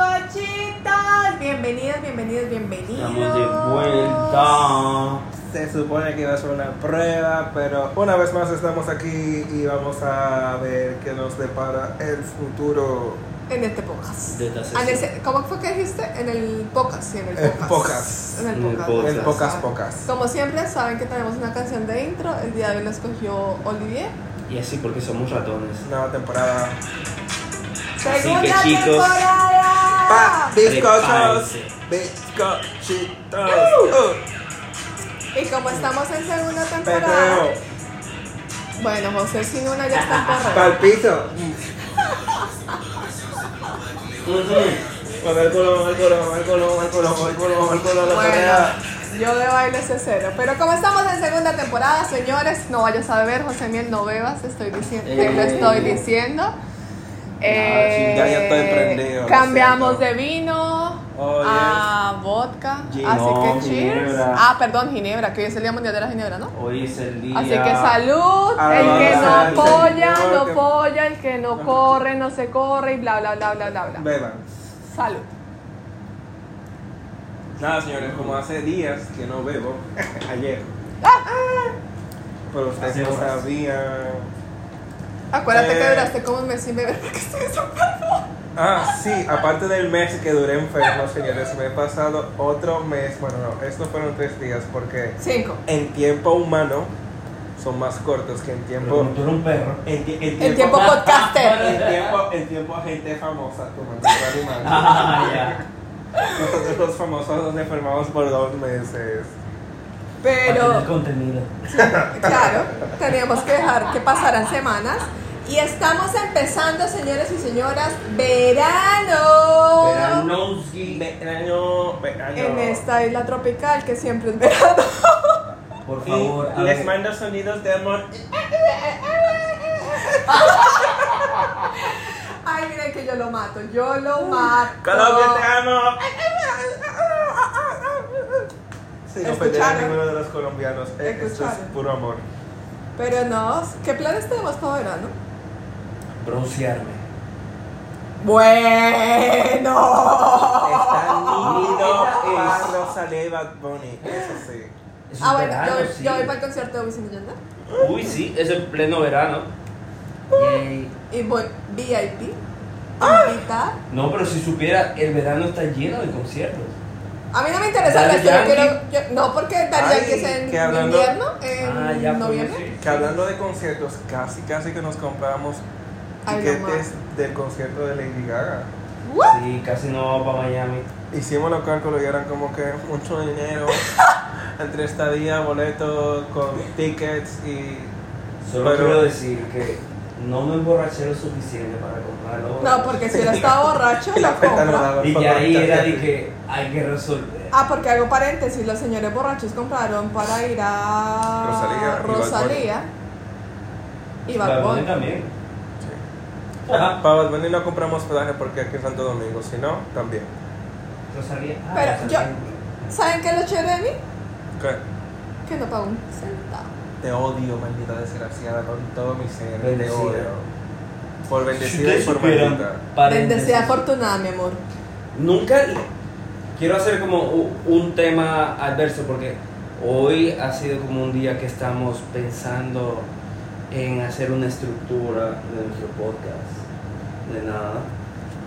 Bizcochitos, bienvenidos, bienvenidos, bienvenidos. Estamos de vuelta. Se supone que iba a ser una prueba, pero una vez más estamos aquí y vamos a ver qué nos depara el futuro. En este podcast. De esta sesión. En ese- ¿Cómo fue que dijiste? En el podcast, sí, en el El podcast. podcast. En el En Eh, el podcast. podcast. En pocas, pocas. Como siempre, saben que tenemos una canción de intro. El día de hoy la escogió Olivier. Y así porque somos ratones. Nueva temporada. que, ¡Segunda chicos, temporada! ¡Pa! ¡Bizcochos! Prepárense. ¡Bizcochitos! Y como estamos en segunda temporada, ¡Peteo! bueno, José sin una ya está en porreo. ¡Palpito! Con el culo, con el culo, con el culo, con el culo, con el culo, con el culo, la Bueno, tarea. yo de baile sé cero. Pero como estamos en segunda temporada, señores, no vayas a beber, José Miel, no bebas, estoy diciendo, te lo Eh. estoy diciendo. Eh, Ah, sí, ya- ya estoy prendido, lo cambiamos siento. de vino Oh, a vodka. Gin- no, así que cheers. ginebra. Ah, perdón, ginebra, que hoy es el Día Mundial de la Ginebra, ¿no? Hoy es el día. Así que salud, el Alabado que sea el no polla, Señor, no que- polla, el que no corre, no se corre y bla, bla, bla, bla, bla, bla. Beban. Salud. Nada, señores, como hace días que no bebo, ayer. Pero ustedes Hace no horas. sabían. Acuérdate que Eh. duraste como un mes sin beber porque estoy enfermo. Ah, sí, aparte del mes que duré enfermo, señores, me he pasado otro mes. Bueno, no, estos fueron tres días porque Cinco. en tiempo humano son más cortos que en Pero tiempo. como tú eres un perro. En, ti- en El tiempo podcaster. En tiempo, en tiempo a gente famosa, como el animal. Ah, ya. Nosotros los famosos nos enfermamos por dos meses. Para tener Pero, contenido. claro, teníamos que dejar que pasaran semanas. Y estamos empezando, señores y señoras, verano. Veranowski. Verano, verano. En este esta isla tropical que siempre es verano. Por Y favor, les abre. mando sonidos de amor. Ay, miren que yo lo mato, yo lo mato. Colombia, te amo. Sí, no ofender a Escucharon. ninguno de los colombianos. Eh, Esto es Escucharon. puro amor. Pero no, ¿qué planes tenemos para verano? Broncearme. Bueno. Está nítido para es- Rosalía y Bad Bunny. Eso sí. Es Ah, un bueno, verano, yo, sí. yo voy para el concierto de Wisin y Yandel. Uy, sí, es en pleno verano. Yay. Y voy VIP. invitada. No, pero si supiera, el verano está lleno de conciertos. A mí no me interesa el Daddy resto, yo Yankee. quiero- yo- no, porque Daddy Ay, Yankee es en ¿qué hablando? invierno, en ah, ya pues, noviembre. sí. Que hablando de conciertos, casi casi que nos compramos Ay, no tiquetes del concierto de Lady Gaga. What? Sí, casi no vamos para Miami. Hicimos los cálculos y eran como que mucho dinero. Entre estadía, boletos, con tickets y. Solo Pero- quiero decir que no me emborraché lo suficiente para comprarlo. No, porque si hubiera estado borracho, la cuenta no compra. daba Y para ya ahí el era de tiquete. que hay que resolver. Ah, porque hago paréntesis, los señores borrachos compraron para ir a Rosalía y Bad Bunny. Rosalía y Bad Bad Bunny Bunny. también. Ah, Ajá. Para Bad Bunny no compramos hospedaje porque aquí en Santo Domingo, si no, también. Rosalía. Ah, Pero Rosalía. ¿Saben qué es lo chévere de mí? ¿Qué? Que no pago un centavo. Te odio, maldita desgraciada, con todo mi ser. Te Bendecida. odio. Por Si bendecida ustedes y por supieran, maldita. paréntesis, Bendecida afortunada, mi amor. Nunca quiero hacer como u- un tema adverso porque hoy ha sido como un día que estamos pensando en hacer una estructura de nuestro podcast, de nada.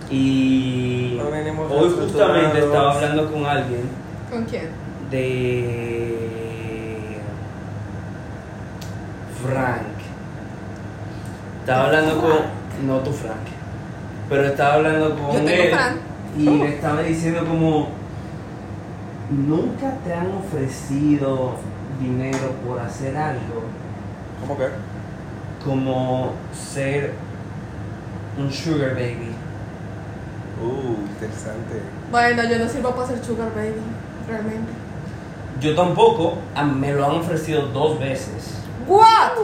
Y No venimos hoy justamente estaba estructurados. hablando con alguien ¿Con quién? de Frank. Estaba hablando con. No tu Frank. Pero estaba hablando con Yo tengo él. Frank. Y le estaba diciendo como. Nunca te han ofrecido dinero por hacer algo ¿Cómo que? como ser un sugar baby. Uh, interesante. Bueno, yo no sirvo para ser sugar baby, realmente. Yo tampoco, a- me lo han ofrecido dos veces. ¿What?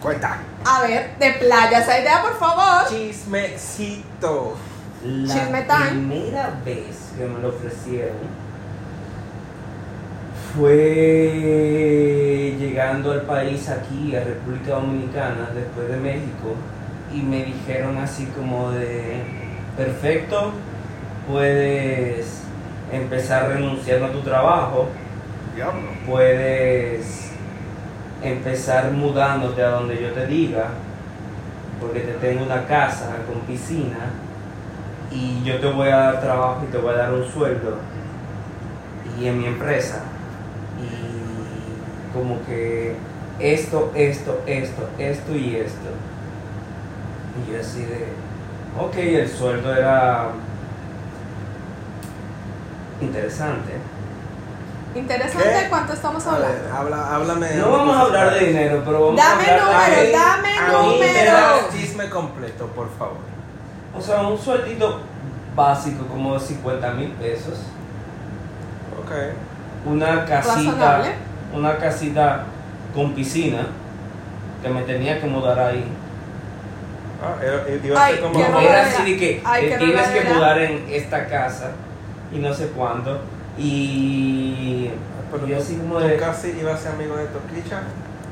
Cuenta. A ver, de playa esa idea, por favor. Chismecito. La Chisme time. primera vez que me lo ofrecieron fue llegando al país aquí, a República Dominicana, después de México, y me dijeron así como de, perfecto, puedes empezar renunciando a tu trabajo, Diablo. puedes empezar mudándote a donde yo te diga, porque te tengo una casa con piscina y yo te voy a dar trabajo y te voy a dar un sueldo y en mi empresa y como que esto, esto, esto, esto y esto. Y yo así de, ok, el sueldo era interesante. Interesante ¿Qué? cuánto estamos A ver, hablando. habla, háblame. No vamos a hablar de dinero, pero vamos Dame a hablar números, ahí. dame ahí te números. das- Ah, chisme completo, por favor. O sea, un sueldito básico como de 50 mil pesos. Ok. Una casita, Razonable. una casita con piscina que me tenía que mudar ahí. Ah, eh, eh, iba a ser Ay, como. ya Como no era lo así de vea. que Ay, te que no tienes lo que vea. mudar en esta casa y no sé cuándo. Y Pero yo tú- así como tú de casi iba a ser amigo de Toquicha,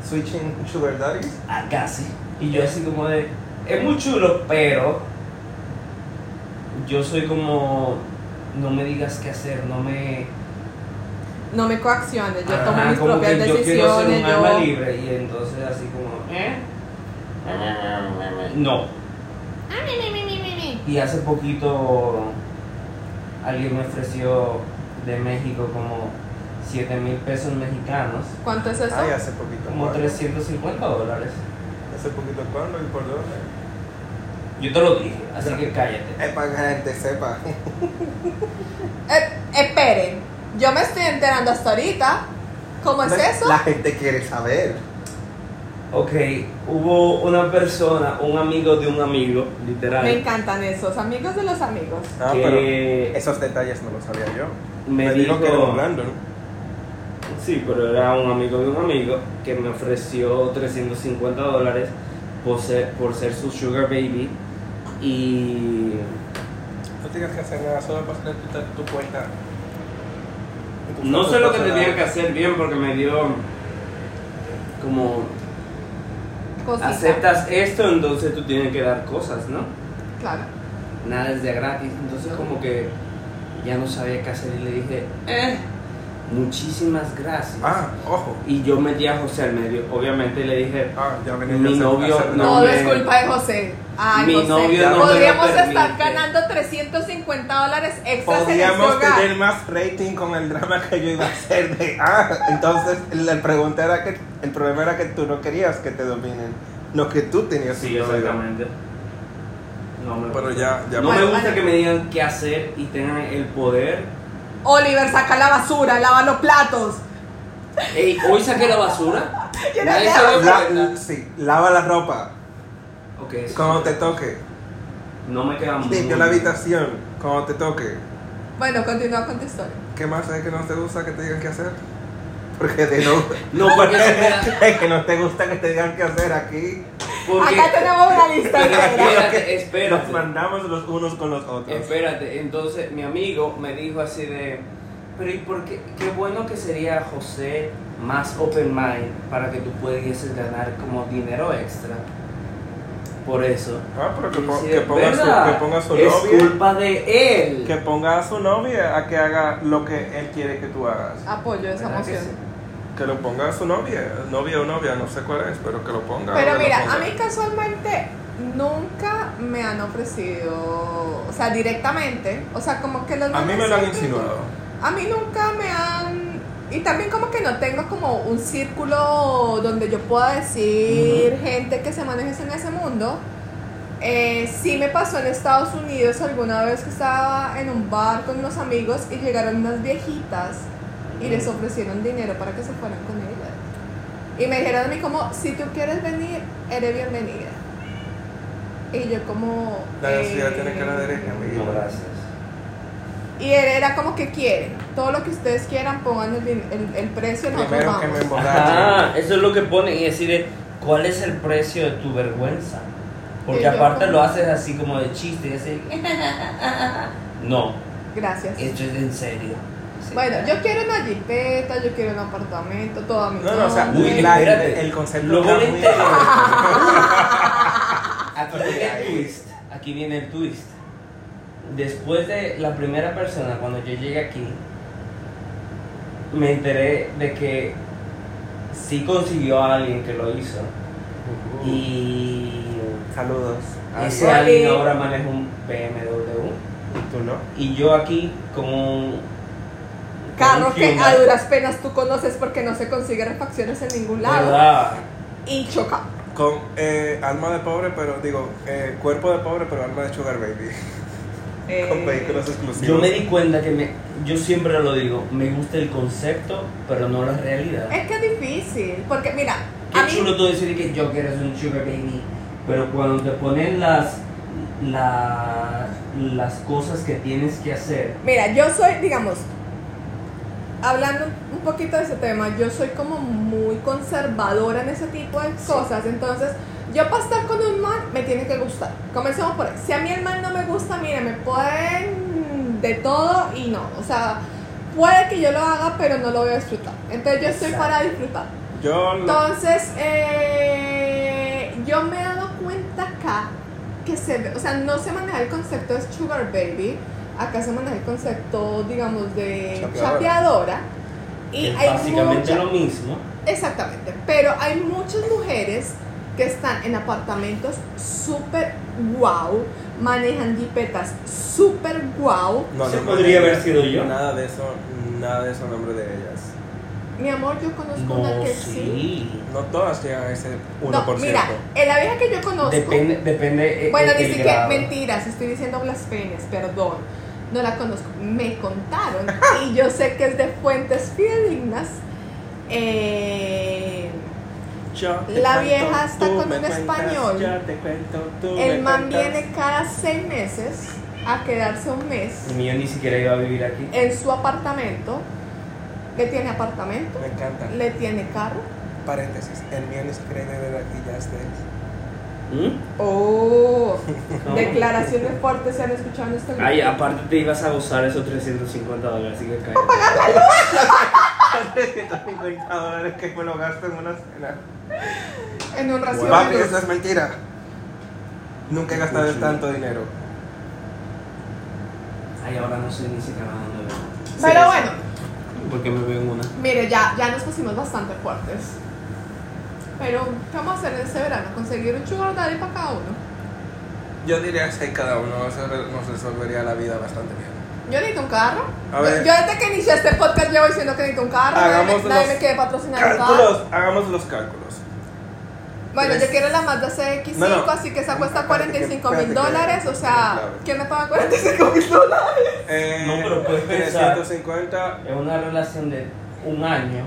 switching sugar daddies. "Ah, casi. Y yo así como de es muy chulo, pero yo soy como no me digas qué hacer, no me No me coacciones, yo tomo Ajá, mis como propias que yo quiero ser decisiones. un alma yo- libre y entonces así como ¿eh? no y hace poquito alguien me ofreció de México como 7 mil pesos mexicanos ¿Cuánto es eso? Ah, Ay, hace poquito. como ¿cuándo? 350 dólares Hace poquito cuándo y por dónde. yo te lo dije así que cállate Es Eh, para que la gente sepa. Eh, esperen, yo me estoy enterando hasta ahorita. ¿Cómo es eso? La gente quiere saber. ok hubo una persona un amigo de un amigo Me literal encantan esos amigos de los amigos. Ah, pero que esos detalles no los sabía yo. me dijo dijo que era un Brandon. Sí, pero era un amigo de un amigo que me ofreció 350 dólares por ser, por ser su sugar baby y No tienes que hacer nada, solo pasar tu, tu cuenta. Pues no sé lo que tenía que hacer bien porque me dio como Cosita. aceptas esto entonces tú tienes que dar cosas, ¿no? Claro. Nada es de gratis, entonces como que ya no sabía qué hacer y le dije, eh, muchísimas gracias. Ah, ojo. Y yo metí a José al medio, obviamente y le dije, Ah, ya venía Mi yo a hacer- novio hacer- no Todo me- es culpa de José. Ay, Mi José. novio no me lo Podríamos estar permite. ganando 350 dólares extras en Podíamos este hogar. tener más rating con el drama que yo iba a hacer de ah, entonces la pregunta era que el problema era que tú no querías que te dominen, no que tú tenías Sí, un novio. exactamente. No me Pero gusta. ya- ya- no me Bueno, gusta bueno. que me digan qué hacer y tengan el poder. Oliver, saca la basura, lava los platos. Ey, hoy saqué la basura. Yo no Nadie leo. se dio La- cuenta. sí, lava la ropa Ok, eso cuando sí. te toque, No me queda muy limpia la habitación cuando te toque. Bueno, continúa con tu historia. ¿Qué más es que no te gusta que te digan qué hacer? Porque de no, No, porque eso me da- es que no te gusta que te digan qué hacer aquí. porque- Acá tenemos una lista. Pero negra. espérate, Nos espérate. mandamos los unos con los otros. Espérate, entonces mi amigo me dijo así de, pero ¿y por qué? Qué bueno que sería José más open mind para que tú pudieses ganar como dinero extra. Por eso. Ah, pero que, Y po- sí, que es ponga su, verdad. que ponga su Es novia. culpa de él. Que ponga a su novia a que haga lo que él quiere que tú hagas. Apoyo esa ¿Verdad que moción. sí? Que lo ponga a su novia, novia o novia, no sé cuál es, pero que lo ponga. Pero que lo mira, ponga. a mí casualmente nunca me han ofrecido, o sea, directamente, o sea, como que los A mí manes me lo han siempre- insinuado. A mí nunca me han y también como que no tengo como un círculo donde yo pueda decir gente que se maneje en ese mundo. Eh, sí me pasó en Estados Unidos alguna vez que estaba en un bar con unos amigos y llegaron unas viejitas y les ofrecieron dinero para que se fueran con ellas. Y me dijeron a mí como, si tú quieres venir, eres bienvenida. Y yo como... La necesidad eh, tiene que la derecha, amigo. No, gracias. Y él era como que quieren, todo lo que ustedes quieran, pongan el, din- el, el precio, nosotros Primero que me vamos. emborrache. eso es lo que pone y decide cuál es el precio de tu vergüenza. Y Porque yo aparte como- lo haces así como de chiste, y así. No, Gracias. esto es en serio. Sí. Bueno, yo quiero una jipeta, yo quiero un apartamento, todo a mi No, no, o sea, nombre. Uy, la- espérate. el concepto Luego está le muy- Ah, interesa. Aquí viene el twist. Aquí viene el twist. después de la primera persona, cuando yo llegué aquí, me enteré de que sí consiguió a alguien que lo hizo. Y Saludos. ese Uh. Ah, alguien sí. ahora maneja un BMW. ¿Tú no? Y yo aquí como un... Carro un que Hyundai. a duras penas tú conoces porque no se consigue refacciones en ningún lado. ¿Verdad? Y choca. Con eh, alma de pobre, pero digo, eh, cuerpo de pobre, pero alma de sugar baby. Eh. Con vehículos Pues exclusivos. Yo me di cuenta que me, yo siempre lo digo, me gusta el concepto, pero no la realidad. Es que es difícil, porque mira, Qué a mí chulo tú decir que yo quiero ser un sugar baby, pero cuando te ponen las, la- las cosas que tienes que hacer, Mira, yo soy, digamos, hablando un poquito de ese tema, yo soy como muy conservadora en ese tipo de cosas, entonces yo para estar con un man me tiene que gustar. Comencemos por ahí. Si a mí el man no me gusta, mira, me pueden de todo y no, o sea, puede que yo lo haga, pero no lo voy a disfrutar. Entonces yo estoy para disfrutar. Yo lo- Entonces, eh, yo me he dado cuenta acá que se ve, o sea, no se maneja el concepto de sugar baby, acá se maneja el concepto, digamos, de Chapeadora. chapeadora. Y que es hay básicamente mucha- lo mismo. Exactamente, pero hay muchas mujeres que están en apartamentos súper wow, manejan jipetas súper wow. no, Eso no, podría no, haber sido yo. Nada de eso, nada de eso, nombre de ellas. Mi amor, yo conozco una No, que sí. sí. No todas llegan a ese 1%. No, mira, en la vieja que yo conozco. Depende, depende. eh, Bueno, el ni siquiera, grado. mentiras, estoy diciendo blasfemias, perdón. No la conozco. Me contaron, y yo sé que es de fuentes fidedignas. eh, Yo te la cuento, vieja está tú con me un cuentas, español. yo te cuento, tú me el man cuentas. viene cada seis meses a quedarse un mes El mío ni siquiera iba a vivir aquí. en su apartamento. Le tiene apartamento, Me encanta. le tiene carro. Paréntesis. El mío ni siquiera es de aquí ya es de él. ¿Mm? Oh, ¿Cómo? declaraciones fuertes se han escuchado en este grupo. Ay, aparte te ibas a gozar esos 350 dólares, así que cállate. 350 dólares que me lo gasto en una cena. En un ración. Papi, de eso es mentira. Nunca he gastado Cuchillo. tanto dinero. Ay, ahora no sé ni siquiera dónde voy. Pero Sí. bueno, Porque me veo en una. Mire, ya, ya nos pusimos bastante fuertes. Pero, ¿qué vamos a hacer este verano? Conseguir un sugar daddy para cada uno. Yo diría que cada uno se re- nos resolvería la vida bastante bien. Yo necesito un carro. A ver. Yo desde que inicié este podcast llevo diciendo que necesito un carro. Nadie, Hagamos me- nadie los me quiere patrocinar un carro. Cálculos, hagamos los cálculos. Bueno, yo Tres. quiero la Mazda CX5, No, no. así que esa cuesta Espérate que- 45 mil espérate que- dólares. O sea, claro. ¿quién me paga 45 mil dólares? Eh, No, pero puedes pensar. 350, Es una relación de un año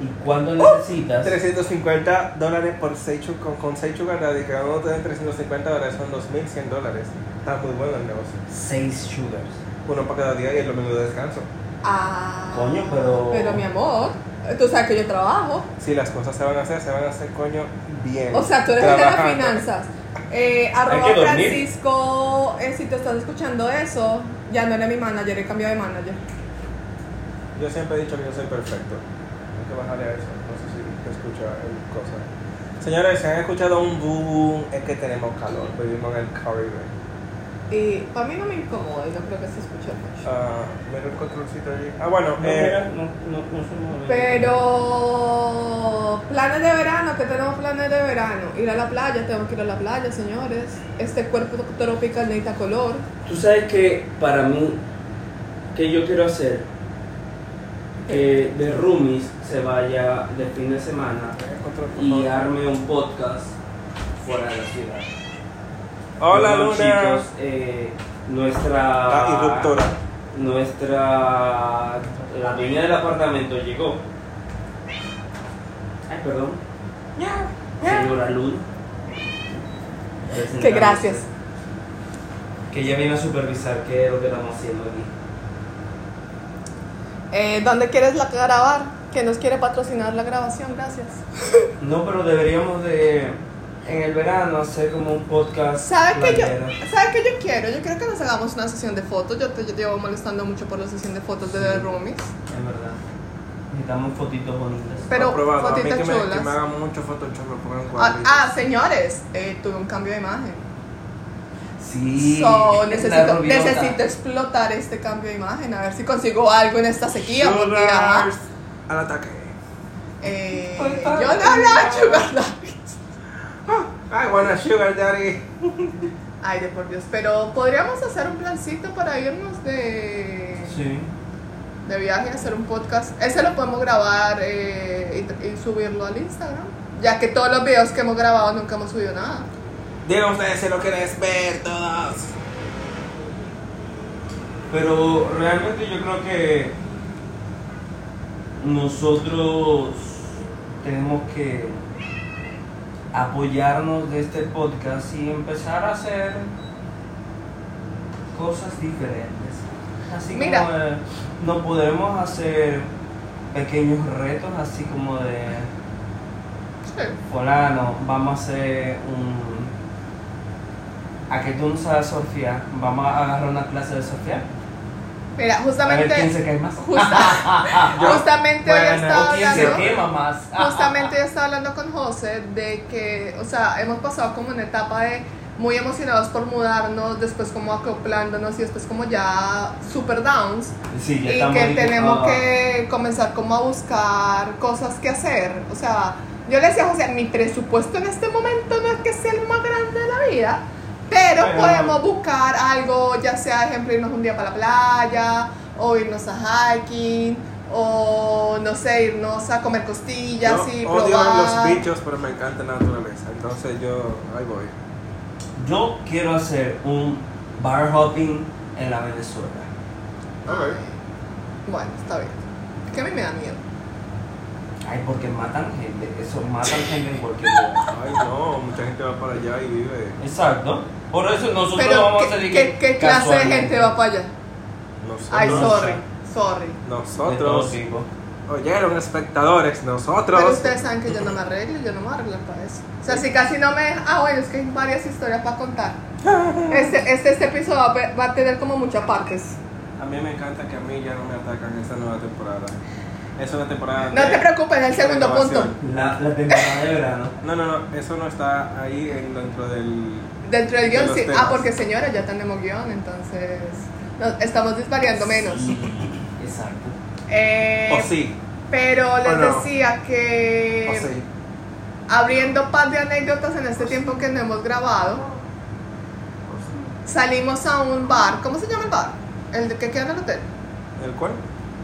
y cuando necesitas. 350 dólares por 6 con, con 6 sugar daddy, que cada uno te den 350 dólares, son 2100 dólares. Está muy bueno el negocio. seis sugars. Uno para cada día y el domingo de descanso. Ah. Coño, pero- Pero, mi amor, tú sabes que yo trabajo. Si las cosas se van a hacer, se van a hacer coño bien. O sea, tú eres el de las Trabajando. finanzas. Eh, arroba que dormir. Francisco, eh, si te estás escuchando eso, ya no era mi manager, he cambiado de manager. Yo siempre he dicho que yo soy perfecto. Hay que bajarle a eso. No sé si se escucha el cosa. Señores, si han escuchado un bu bu, es que tenemos calor. Vivimos en el Caribe. Y para mí no me incomoda y no creo que se escuche mucho. Ah, mira el controlcito allí. Ah, bueno, No, mira, eh, no, no, no somos- Pero planes de verano, que tenemos planes de verano. Ir a la playa, tengo que ir a la playa, señores. Este cuerpo tropical necesita color. Tú sabes que para mí, que yo quiero hacer que de roomies se vaya de fin de semana el control, por y favor. arme un podcast fuera de la ciudad. Hola, Bueno, Luna. Ah, chicos, eh, nuestra. La irruptora. Nuestra. La dueña del apartamento llegó. Ay, perdón. ¿Eh? Señora Luna. Que gracias. Que ella viene a supervisar qué es lo que estamos haciendo aquí. Eh, ¿Dónde quieres la grabar? Que nos quiere patrocinar la grabación, gracias. No, pero deberíamos de. En el verano hacer como un podcast. ¿Sabes qué yo, playero. ¿sabe qué yo quiero? Yo quiero que nos hagamos una sesión de fotos. Yo te, yo te llevo molestando mucho por la sesión de fotos de Sí. The Roomies. En verdad. Necesitamos fotitos bonitas. Pero Aprobado. A mí fotitas que me, chulas. que me hagan mucho Photoshop, me pongan Ah, cuadritos. ah, señores, eh, tuve un cambio de imagen. Sí. So, la necesito, rubiota. necesito explotar este cambio de imagen, a ver si consigo algo en esta sequía. Porque, Sugar ajá, Al ataque. eh, yo no hablaba sugar daddy. Ay, bueno, Sugar Daddy. Ay, de por Dios. Pero podríamos hacer un plancito para irnos de, Sí. de viaje, hacer un podcast. Ese lo podemos grabar eh, y, y subirlo al Instagram. Ya que todos los videos que hemos grabado nunca hemos subido nada. Díganos ustedes si lo quieres ver todos. Pero realmente yo creo que nosotros tenemos que apoyarnos de este podcast y empezar a hacer cosas diferentes. Así Mira. como eh, nos podremos hacer pequeños retos, así como de Sí. fulano, vamos a hacer un... A que tú no sabes surfear, vamos a agarrar una clase de surfear. Mira, A ver quién justamente, se cae más. justa- justamente hoy estaba o quién se hablando. quema más. Justamente yo estaba hablando con José de que, o sea, hemos pasado como una etapa de muy emocionados por mudarnos, después como acoplándonos y después como ya super downs Sí, y ya estamos que ahí, tenemos ah, que comenzar como a buscar cosas que hacer. O sea, yo le decía a José, mi presupuesto en este momento no es que sea el más grande de la vida, pero Pero- podemos buscar algo, ya sea, ejemplo, irnos un día para la playa o irnos a hiking. O no sé, irnos a comer costillas Yo y odio probar. los bichos, pero me encanta la naturaleza. Entonces yo, ahí voy. Yo quiero hacer un bar hopping en la Venezuela. Ok. Bueno, está bien. Es que a mí me da miedo. Ay, porque matan gente. Eso matan gente en cualquier lugar. Ay, no, mucha gente va para allá y vive. Exacto. Por eso nosotros Pero, vamos a ¿qué, salir. qué- qué clase de gente va para allá? Nosotros. Ay, no sorry, sé. sorry. Nosotros. Oyeron, espectadores, nosotros. Pero ustedes saben que yo no me arreglo, yo no me arreglo para eso. O sea, si casi no me... Ah, bueno, es que hay varias historias para contar. Este, este, este episodio va, a- va a tener como muchas partes. A mí me encanta que a mí ya no me atacan esta nueva temporada. Es una temporada. No de te preocupes, es el segundo punto. renovación. La, la temporada de verano. No, no, no, eso no está ahí en- dentro del. Dentro del guión, De los sí. temas. Ah, porque señora, ya tenemos guión, entonces... nos- estamos disvariando menos. Sí, Exacto. Eh, o sí, Pero les O no. decía que... o sí. Abriendo par de anécdotas en este tiempo que no hemos grabado, salimos a un bar. ¿Cómo se llama el bar? El de- que queda en el hotel. ¿El cual?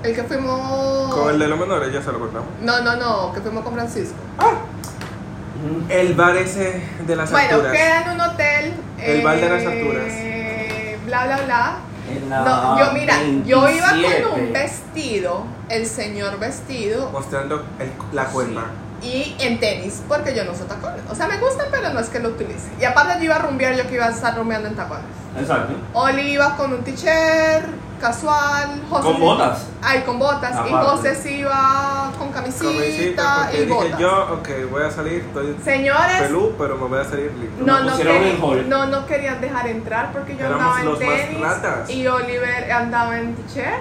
El que fuimos... Con el de los menores ya se lo contamos. No, no, no, que fuimos con Francisco. Mm. El bar ese de las bueno, alturas. queda en un hotel. eh, El Val de las Alturas. Bla, bla, bla. En la No, yo mira, yo iba con un 27. vestido, el señor vestido, Mostrando el- la cuerda. y en tenis, porque yo no uso tacones. O sea, me gustan, pero no es que lo utilice. Y aparte yo iba a rumbear, yo que iba a estar rumbeando en tacones. Exacto. Oli iba con un t-shirt casual. José Con sí- botas. Ay, con botas. Y Aparte. José sí iba con camisita, Camisita, y porque botas. dije yo, ok, voy a salir, estoy Señores, pelú, pero me voy a salir limpio. No, Nos no, pusieron querí- en hall. no, no querían dejar entrar porque yo Éramos andaba en los más tenis ratas. y Oliver andaba en t-shirt.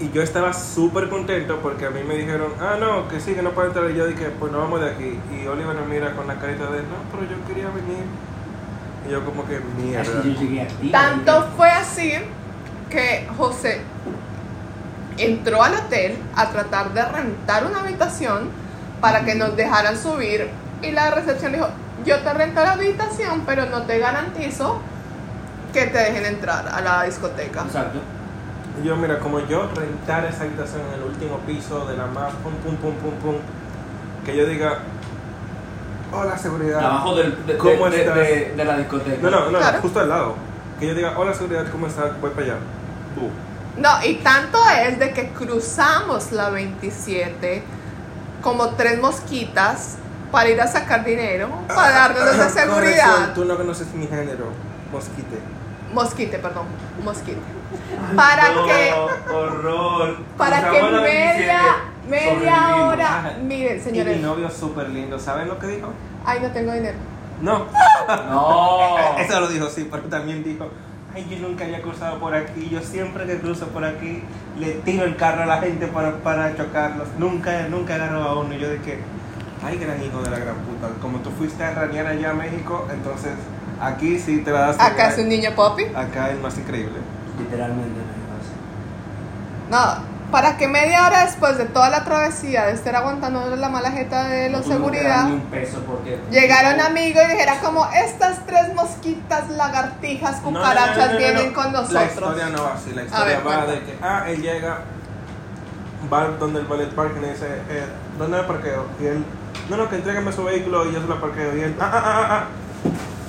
Y yo estaba súper contento porque a mí me dijeron, ah, no, que sí, que no puede entrar. Y yo dije, pues no vamos de aquí. Y Oliver me mira con la carita de, no, pero yo quería venir. Y yo, como que mierda. Yo llegué aquí. Tanto fue así que José entró al hotel a tratar de rentar una habitación para que nos dejaran subir y la recepción dijo, yo te rento la habitación, pero no te garantizo que te dejen entrar a la discoteca. Exacto. Y yo, mira, como yo rentar esa habitación en el último piso de la más, pum, pum, pum, pum, pum, que yo diga, hola, seguridad. Abajo del, de, ¿Cómo de- de- estás? de- de la discoteca. No, no, no, Claro. justo al lado. Que yo diga, hola, seguridad, ¿cómo estás? Voy para allá. Tú. No, y tanto es de que cruzamos la 27 como tres mosquitas para ir a sacar dinero, para Ah, darnos esa seguridad. Corrección, Tú no conoces mi género, mosquite. Mosquite, perdón, mosquite. Para que, horror. para que media, media hora... Miren, Y mi señores, novio súper lindo, ¿saben lo que dijo? ay, no tengo dinero. No, No. eso lo dijo sí, pero también dijo, ay, yo nunca había cruzado por aquí, yo siempre que cruzo por aquí le tiro el carro a la gente para, para chocarlos, nunca, nunca agarro a uno. Y yo de que, ay, gran hijo de la gran puta, como tú fuiste a ranear allá a México, entonces Aquí sí te la das. ¿Acá es un niño popi? Acá es más increíble. Literalmente. ¿no? No, para que media hora después de toda la travesía de estar aguantando la mala jeta de los Tú no te seguridad, dan ni un peso porque- llegara un amigo y dijera como estas tres mosquitas, lagartijas, No, no, no, cucarachas no, no, no. vienen con La nosotros. historia no va así, la historia ver, va cuenta. de que, ah, él llega, va donde el ballet parking y le dice, eh, ¿dónde me parqueo? Y él, no, no, que entrégame su vehículo y yo se lo parqueo. Y él, ah, ah, ah, ah, ah,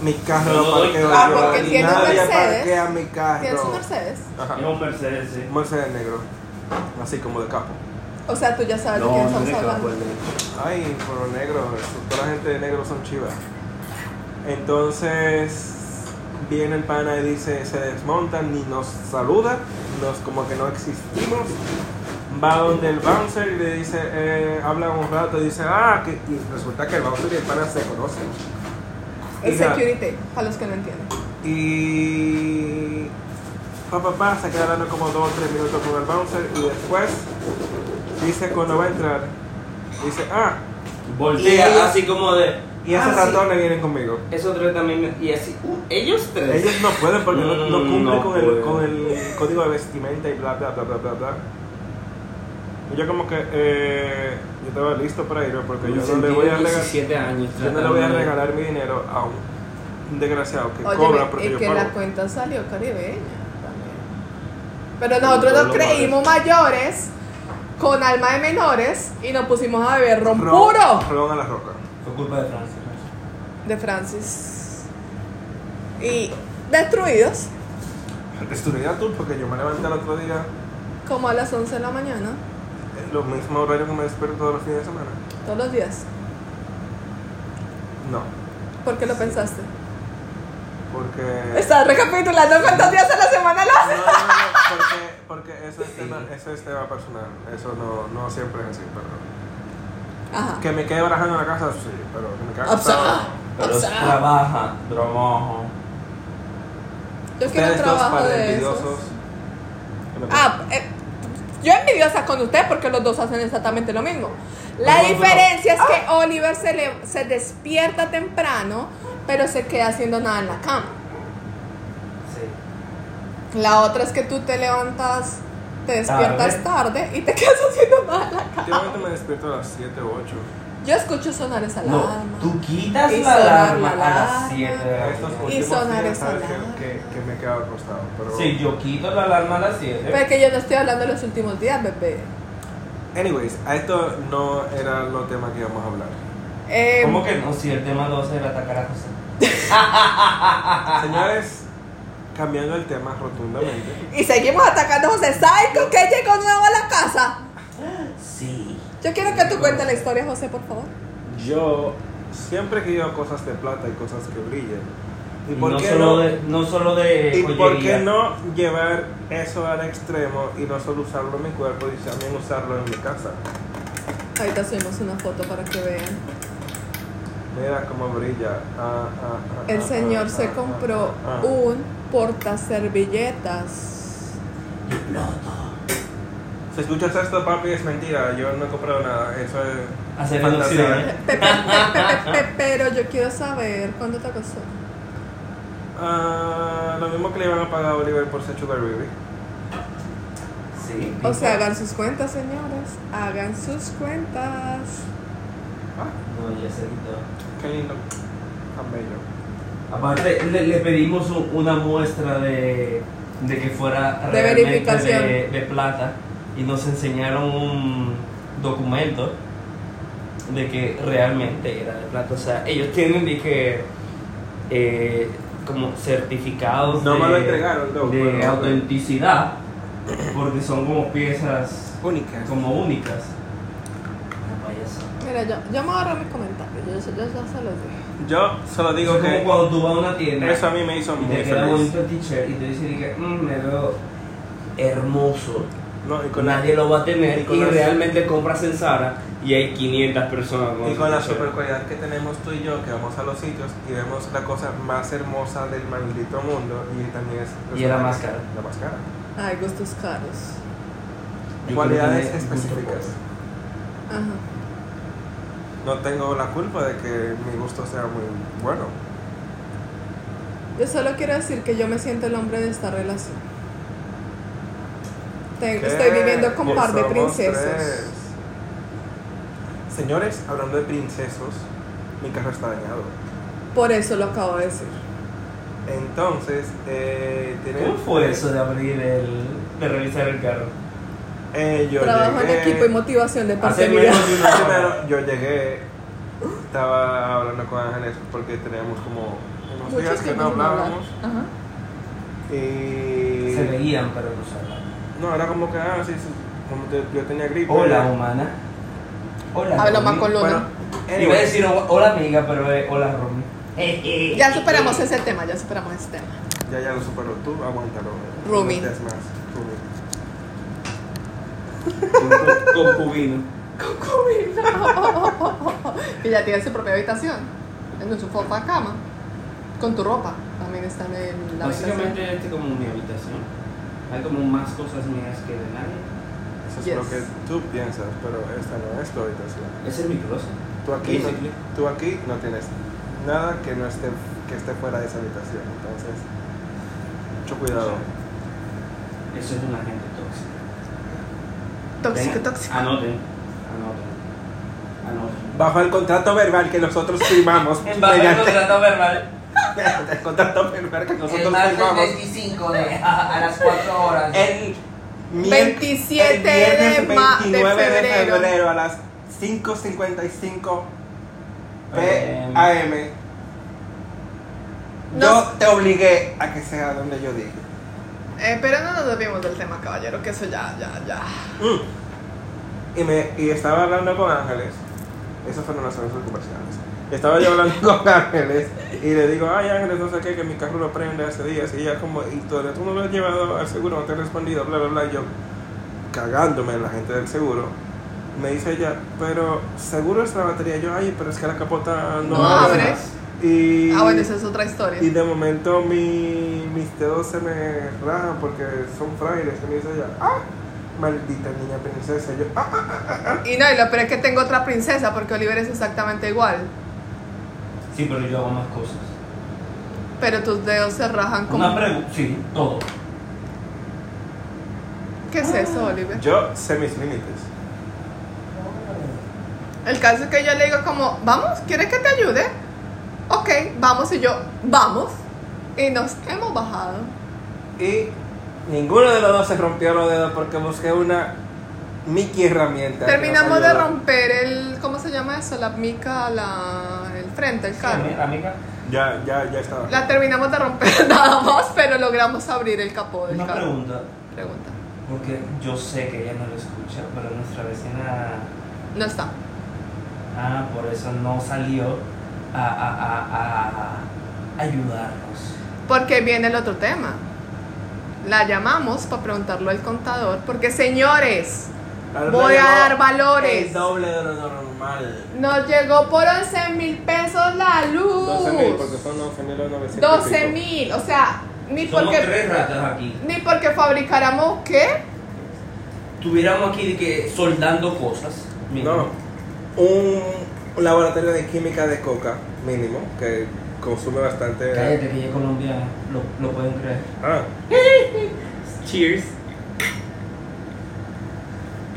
mi carro Yo lo no doy parqueo. Ah, yo, porque y tiene un nadie Mercedes. parquea mi carro. ¿Tienes un Mercedes? Ajá, Es un Mercedes, sí. un Mercedes negro, así como de capo. O sea, tú ya sabes de No, quién no estamos me hablando. Ay, por los negros, toda la gente de negro son chivas. Entonces viene el pana y dice, se desmontan ni nos saluda, nos como que no existimos. Va donde el bouncer y le dice, eh, habla un rato y dice, ah, que y resulta que el bouncer y el pana se conocen. El Hija. security, para los que no entienden. Y papá papá se queda hablando como dos o tres minutos con el bouncer y después dice cuando va a entrar, dice, ah, Y ellos- Voltea así como de. y esos ah, sí. ratones vienen conmigo. Esos tres también. me- Y así. uh, ellos tres. Ellos no pueden porque no, no cumplen No con, el, pueden. con el código de vestimenta y bla, bla, bla, bla, bla, bla. Y yo como que, eh, yo estaba listo para ir porque yo no, le voy a regalar, 17 años. yo no le voy a regalar mi dinero a un desgraciado que cobra Oye, porque es yo que la pago. cuenta salió caribeña también. Pero nosotros Todos nos los bares. creímos mayores con alma de menores y nos pusimos a beber ron Ron- puro Ron a la roca. Fue culpa de Francia. de Francis. Y destruidos, Estudiar tú porque yo me levanté el otro día, como a las 11 de la mañana, en lo mismo horario que me despierto todos los fines de semana. todos los días. No, ¿Por qué lo pensaste? porque... Estás recapitulando cuántos días a la semana lo No, no, no, porque, porque eso, es tema, eso es tema personal. Eso no, no siempre es así, pero. Ajá. Que me quede barajando en la casa, sí, pero que me quede Absa. acostado. Pero Absa. trabaja, dromojo. Yo quiero Ustedes dos trabajo padres de envidiosos. esos. que me Ah, eh, yo envidiosa con usted porque los dos hacen exactamente lo mismo. La Pero, pero, diferencia es que Oliver se, le- se despierta temprano, pero se queda haciendo nada en la cama. Sí. La otra es que tú te levantas, te despiertas Tarde. tarde y te quedas haciendo nada en la cama. Últimamente me despierto a las 7 u 8. Yo escucho sonar esa No, alarma. tú quitas Y la sonar la alarma a alarma. las 7 de la Estos mañana. Y últimos sonar días, esa sabes alarma. que, que, que me he quedado acostado. Pero. Sí, yo quito la alarma a las 7. Pero que yo no estoy hablando de los últimos días, bebé. Anyways, a esto no era lo tema que íbamos a hablar. Eh, ¿Cómo que no? Si el tema 12 era atacar a José. Ah, Señores, cambiando el tema rotundamente. y seguimos atacando a José. ¿Sabes con qué llegó nuevo a la casa? Sí. Yo quiero que tú cuentes la historia, José, por favor. Yo siempre he querido cosas de plata y cosas que brillen. ¿Y por no, qué solo no? De, no solo de ¿Y por qué joyería. no llevar eso al extremo y no solo usarlo en mi cuerpo y también usarlo en mi casa? Ahorita subimos una foto para que vean. Mira cómo brilla. Ah, ah, ah, El ah, señor ah, se ah, compró ah, ah. un portaservilletas. Si escuchas esto, papi, es mentira. Yo no he comprado nada. Eso es. Hacer ¿eh? fantasía. deducciones. Pe- pe- pe- pe- pe- Pero yo quiero saber cuánto te costó. Ah, lo mismo que le iban a pagar a Oliver por ser Sugar Baby. Sí. O sea, hagan sus cuentas, señores. Hagan sus cuentas. No, ya se quitó. Qué lindo. Tan bello. Aparte, le, le pedimos un- una muestra de, de que fuera De realmente verificación. De, de plata y nos enseñaron un documento de que realmente era de plata. O sea, ellos tienen de que eh, como certificados No de, me lo entregaron, no, de bueno, autenticidad porque son como piezas Única. como únicas. No, payaso. Mira, yo, yo me agarro mis comentarios. Yo, yo- yo ya se los dije. Yo solo digo es que. como cuando tú vas a una tienda Eso a mí me hizo y muy te queda feliz. bonito el t-shirt y te dice que "Mm, me veo hermoso No, y con la, nadie lo va a tener y y, con la- realmente compras en Sara y hay 500 personas y con la ese super t-shirt. calidad que tenemos tú y yo, que vamos a los sitios y vemos la cosa más hermosa del maldito mundo y también es... Y era más cara. La más cara. Ay, gustos caros. Yo Cualidades creo que me gusta específicas. poco. Ajá. No tengo la culpa de que mi gusto sea muy bueno. Yo solo quiero decir que yo me siento el hombre de esta relación. Te- ¿Qué? estoy viviendo con Pues par de somos princesos. tres. Señores, hablando de princesos, mi carro está dañado. Por eso lo acabo de decir. Entonces, eh, tiene- ¿Cómo fue eso de abrir el. de revisar el carro? Eh, yo Trabajo en llegué- equipo y motivación de parte Hace mía. menos de una hora. Primero, yo llegué, estaba hablando con Ángeles porque teníamos como unos días tiempos que no sin hablar. hablábamos. Ajá. Y. Se veían, pero no se hablaban. No, era como que, ah, sí, sí, como que yo tenía gripe. Hola, humana. Hola. Hablo más Romy. con Bueno, Luna. Iba a anyway, decir ho- hola amiga, pero es hola Romy. Eh, Ya superamos ese tema, ya superamos ese tema. ya, ya lo superó tú, aguántalo. Rumi. No seas más, Rumi. Concubino. Y ya tiene su propia habitación, en su propia cama, con tu ropa. También está en el- la habitación. Básicamente, este es como mi habitación. Hay como más cosas mías que de nadie. Eso es Yes. lo que tú piensas, pero esta no es tu habitación. Ese es mi closet. Tú aquí, Basically. no, tú aquí no tienes nada que no esté, que esté fuera de esa habitación. Entonces, mucho cuidado. Eso es una gente tóxica. Tóxico, Tengan- tóxico. Anoten. Anoten. Anoten. Bajo el contrato verbal que nosotros firmamos. Bajo el mediante- contrato verbal. el contrato verbal que nosotros el martes firmamos. Eh, 25 de, a, a las 4 horas. El mier- 27 el viernes de ma- de 29 de febrero. febrero a las 5.55 Em. p.m. Yo Nos- te obligué a que sea donde yo dije. Eh, pero no nos desviemos del tema, caballero, que eso ya, ya, ya. Mm. Y, me, y estaba hablando con Ángeles. Esas fueron las anuncios comerciales. Estaba yo hablando con Ángeles y le digo, ay Ángeles, no sé qué, que mi carro lo prende hace días. Y ella como, y todavía tú no lo has llevado al seguro, no te he respondido, bla, bla, bla. Y yo cagándome en la gente del seguro. Me dice ella, pero seguro es la batería. Yo, ay, pero es que la capota no, No abre. Y, Ah, bueno, esa es otra historia. y de momento mi, mis dedos se me rajan porque son frágiles. Y me dice ella, ah, maldita niña princesa. Yo, ah, Y no, y lo peor es que tengo otra princesa, porque Oliver es exactamente igual. Sí, pero yo hago más cosas. Pero tus dedos se rajan Una como... pregunta. Sí, todo. ¿Qué es eso, Oliver? Yo sé mis límites. El caso es que yo le digo como, vamos, ¿quieres que te ayude? Ok, vamos y yo, vamos. Y nos hemos bajado. Y ninguno de los dos se rompió los dedos porque busqué una Mickey herramienta. que nos Terminamos de ayuda. romper el, ¿cómo se llama eso? La mica, la, el frente, el carro. Ami- Amiga. Ya, ya, ya estaba. La terminamos de romper nada más, pero logramos abrir el capó del Una carro. pregunta. Pregunta. Porque yo sé que ella no lo escucha, pero nuestra vecina. No está. Ah, por eso no salió a, a, a, a ayudarnos. Porque viene el otro tema. La llamamos para preguntarlo al contador, porque señores, Ahora voy a llegó dar valores. El doble de lo normal. nos llegó por 11 mil pesos la luz. 12 mil, porque son 11 mil 12 mil, o sea, ni Somos porque, tres ratas aquí. ni porque fabricáramos qué. Tuviéramos aquí de que soldando cosas. Mira. No. Un, un laboratorio de química de coca, mínimo, que consume bastante. Cállate que ella es colombiana, lo, lo pueden creer. Ah. Cheers.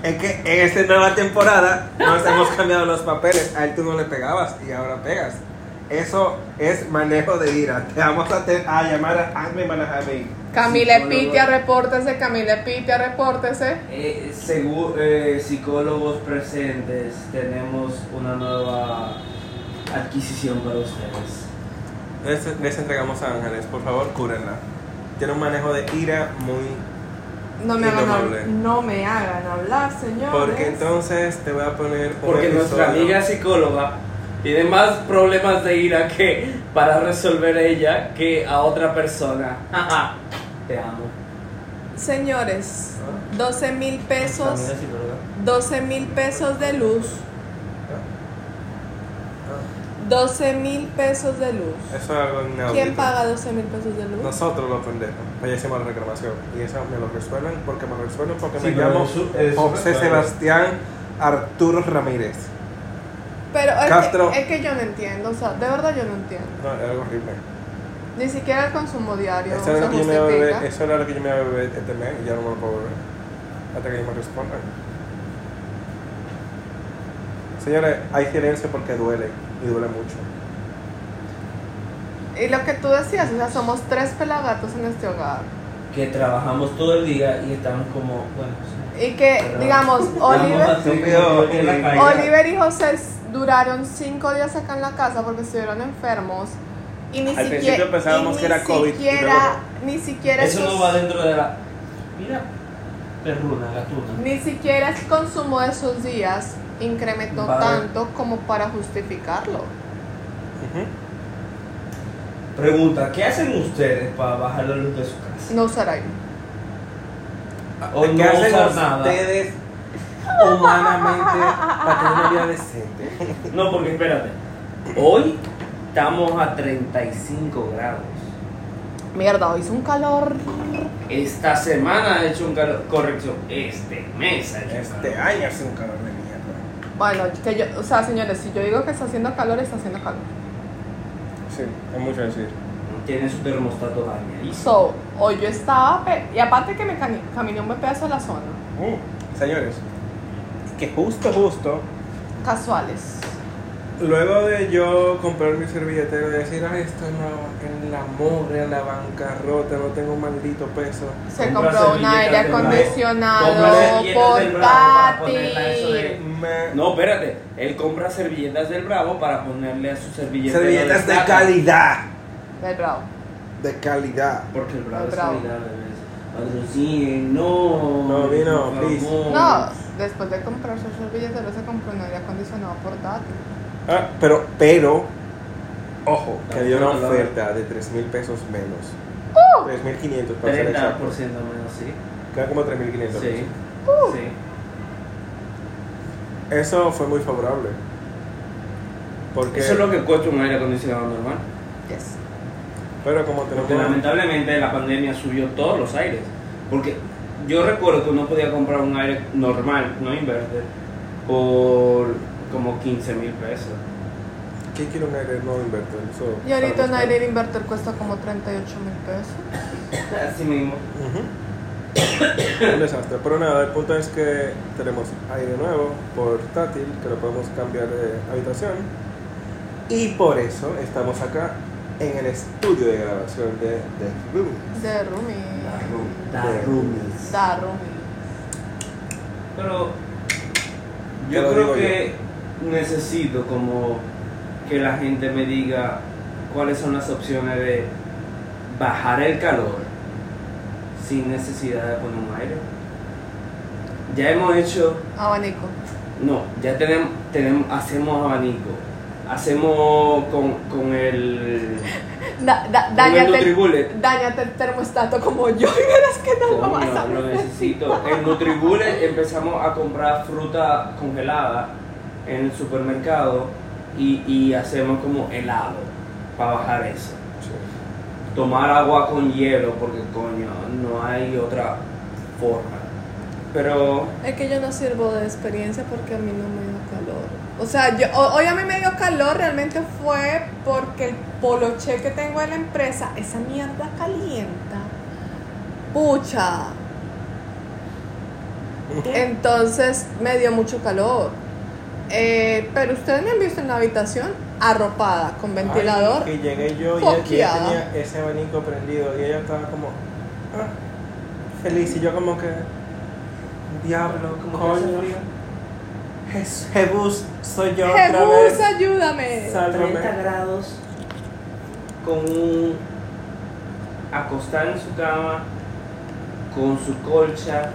Es que en esta nueva temporada nos hemos cambiado los papeles. A él tú no le pegabas y ahora pegas. Eso es manejo de ira. Te vamos a, te- a llamar a Anne Manajami. Camila Sí, Pitia, bueno, repórtese, Camila Pitia, repórtese. Eh, segu- eh, psicólogos presentes, tenemos una nueva adquisición para ustedes. Les, les entregamos a Ángeles. Por favor, cúrenla. Tiene un manejo de ira muy. No me, Y hagan, no hab- hable. no me hagan hablar, señores. Porque entonces te voy a poner. un Porque nuestra episodio. amiga psicóloga tiene más problemas de ira que para resolver ella que a otra persona. Ajá. Te amo. Ah, Señores, 12 mil pesos, Amiga psicóloga. 12 mil pesos de luz, Ah, 12 mil pesos de luz. ah, Eso es algo inaudito. ¿Quién paga 12 mil pesos de luz? Nosotros los pendejos. Pues ya hicimos la reclamación. Y eso me lo resuelven porque me lo resuelven porque Sí, me pero llamo eso- eso José resuelve. Sebastián Arturo Ramírez. Pero es Castro. que, es que yo no entiendo, o sea, de verdad yo no entiendo. No, es algo horrible. Ni siquiera el consumo diario Eso se era, lo que yo me iba a justifica. beber, eso era lo que yo me iba a beber este mes y ya no me lo puedo beber. Hasta que ellos me respondan. Señores, hay silencio porque duele y duele mucho. Y lo que tú decías, o sea, somos tres pelagatos en este hogar. Que trabajamos todo el día y estamos como, bueno, sí. Y que, Pero- digamos, Oliver, Estamos así Estúpido. como en la calle. Oliver y José duraron cinco días acá en la casa porque estuvieron enfermos. Y ni Al siquiera. principio pensábamos y que era COVID, y Siquiera, ni siquiera. Eso sus- no va dentro de la. Mira, perruna, gatuna. Ni siquiera el consumo de esos días incrementó Vale. tanto como para justificarlo. Pregunta: ¿qué hacen ustedes para bajar la luz de su casa? No usar aire. Ah, O ¿Qué no hacen usar nada. ustedes humanamente para tener una vida decente? No, porque espérate. Hoy estamos a 35 grados. Mierda, hoy es un calor. Esta semana ha hecho un calor. Corrección, este mes ha hecho un Este calor. año hace un calor de mierda. Bueno, que yo, o sea, señores, si yo digo que está haciendo calor, está haciendo calor. Sí, es mucho decir. Tiene su termostato dañadísimo. So, hoy yo estaba, pe- y aparte que me cani- caminé un buen pedazo a la zona, Uh, señores, que justo, justo, casuales. luego de yo comprar mi servilletero y decir, ay, estoy en la, en la mugre, en la bancarrota, no tengo un maldito peso. Se Compra compró un servilletas aire del Bravo. Compra acondicionado, servilletas del Bravo para ponerla eso de- portátil. Me- No, espérate. Él compra servilletas del Bravo para ponerle a su servilleta. servilletas de Cali calidad. Del Bravo. De calidad. Porque el bravo El es Bravo. solidario, ¿ves? Patrocinen, no. No, vino, por please. favor. No, después de comprar su servilletero se compró un aire acondicionado portátil. Ah, pero, pero, ojo, que La había una oferta. oferta de 3 mil pesos menos. Uh. 3.500 para ser 30% exacto. menos, sí. Queda como 3.500. Sí. sí. Uh. Eso fue muy favorable. Porque, Eso es lo que cuesta un aire acondicionado normal. Yes. pero como Porque tenemos... lamentablemente la pandemia subió todos los aires. Porque yo recuerdo que uno podía comprar un aire normal, no inverter, por como 15 mil pesos. ¿Qué quiero un aire no inverto? Eso- Y ahorita un para aire de inverter cuesta como 38 mil pesos. Así mismo. Ujú. Un desastre. Pero nada, el punto es que tenemos aire nuevo, portátil, que lo podemos cambiar de habitación. Y por eso estamos acá en el estudio de grabación de The Room. De Rumi. Las roomies. Da Rumi. Te Pero lo yo creo digo que necesito como que la gente me diga cuáles son las opciones de bajar el calor sin necesidad de poner un aire. Ya hemos hecho Abanico. No, ya tenemos, tenemos hacemos abanico. Hacemos con, con el. Da, da, Con el dañate, Nutribullet. dañate el termostato como yo y verás que no lo vas a Coño, lo necesito. En Nutribullet empezamos a comprar fruta congelada en el supermercado y, y hacemos como helado para bajar eso. Tomar agua con hielo porque, coño, no hay otra forma. Pero Es que yo no sirvo de experiencia porque a mí no me dio calor. O sea, yo, ho- hoy a mí me dio calor, realmente fue porque el poloche que tengo en la empresa, esa mierda calienta. Pucha. Entonces me dio mucho calor. Eh, pero ustedes me han visto en la habitación arropada, con ventilador. Ay, que llegué yo y ella, y ella Foqueada. tenía ese abanico prendido y ella estaba como ah, feliz y yo como que diablo, Como que hace coño, frío. Jes- Jebus soy yo otra Jesús, eh. vez. ayúdame. Sálvame. 30 grados con un acostado en su cama con su colcha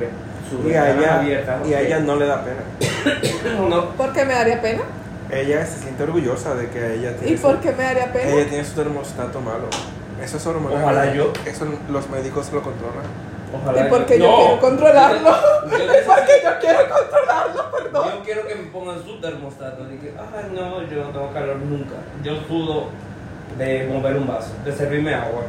ve- su Y a ventana ella, abierta y a ella no le da pena. no ¿Por qué me daría pena? Ella se siente orgullosa de que ella tiene ¿Y su- por qué me daría pena? ella tiene su termostato malo. Eso es hormonal. Ojalá yo. Eso los médicos lo controlan. Ojalá ¿Y por qué yo No. quiero controlarlo? Yo- yo- Porque yo quiero controlarlo, perdón. Yo quiero que me pongan su termostato. Dije, ay, no, yo no tengo calor nunca. Yo sudo de mover un vaso, de servirme agua.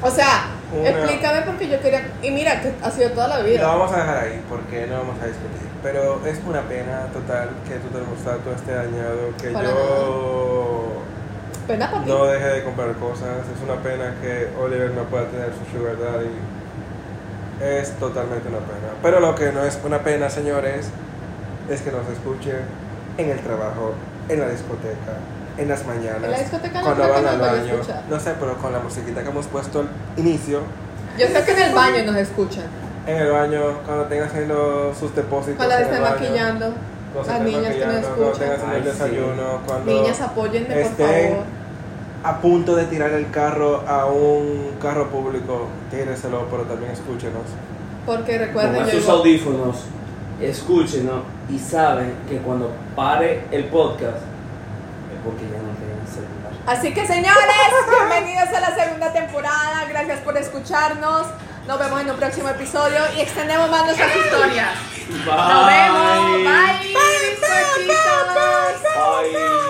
O sea, Una- explícame porque yo quería. Y mira, que ha sido toda la Lo vida. vamos a dejar ahí porque no vamos a discutir. Pero es una pena total que tu termostato esté dañado, que Para este yo Pena para ti. No deje de comprar cosas. Es una pena que Oliver no pueda tener su sugar daddy. Es totalmente una pena. Pero lo que no es una pena, señores, es que nos escuchen en el trabajo, en la discoteca, en las mañanas. En la discoteca no cuando creo que van al nos vaya a baño. escuchar. No sé, pero con la musiquita que hemos puesto al inicio, Yo creo que en el baño nos escuchan. en el baño, cuando tengan haciendo sus depósitos. Cuando en las el estén baño, maquillando. cuando se Las estén niñas que nos maquillando, cuando escuchan. tengan haciendo el Ay, sí. desayuno, cuando Niñas, apóyenme, por estén- favor. a punto de tirar el carro a un carro público, tíreselo, pero también escúchenos. Porque recuerden, Pongan yo sus digo, audífonos, escúchenos y saben que cuando pare el podcast es porque ya no tienen celular. Así que señores, bienvenidos a la segunda temporada. Gracias por escucharnos. Nos vemos en un próximo episodio y extendemos más nuestras historias. Nos vemos. Bye. bizcochitos. Bye.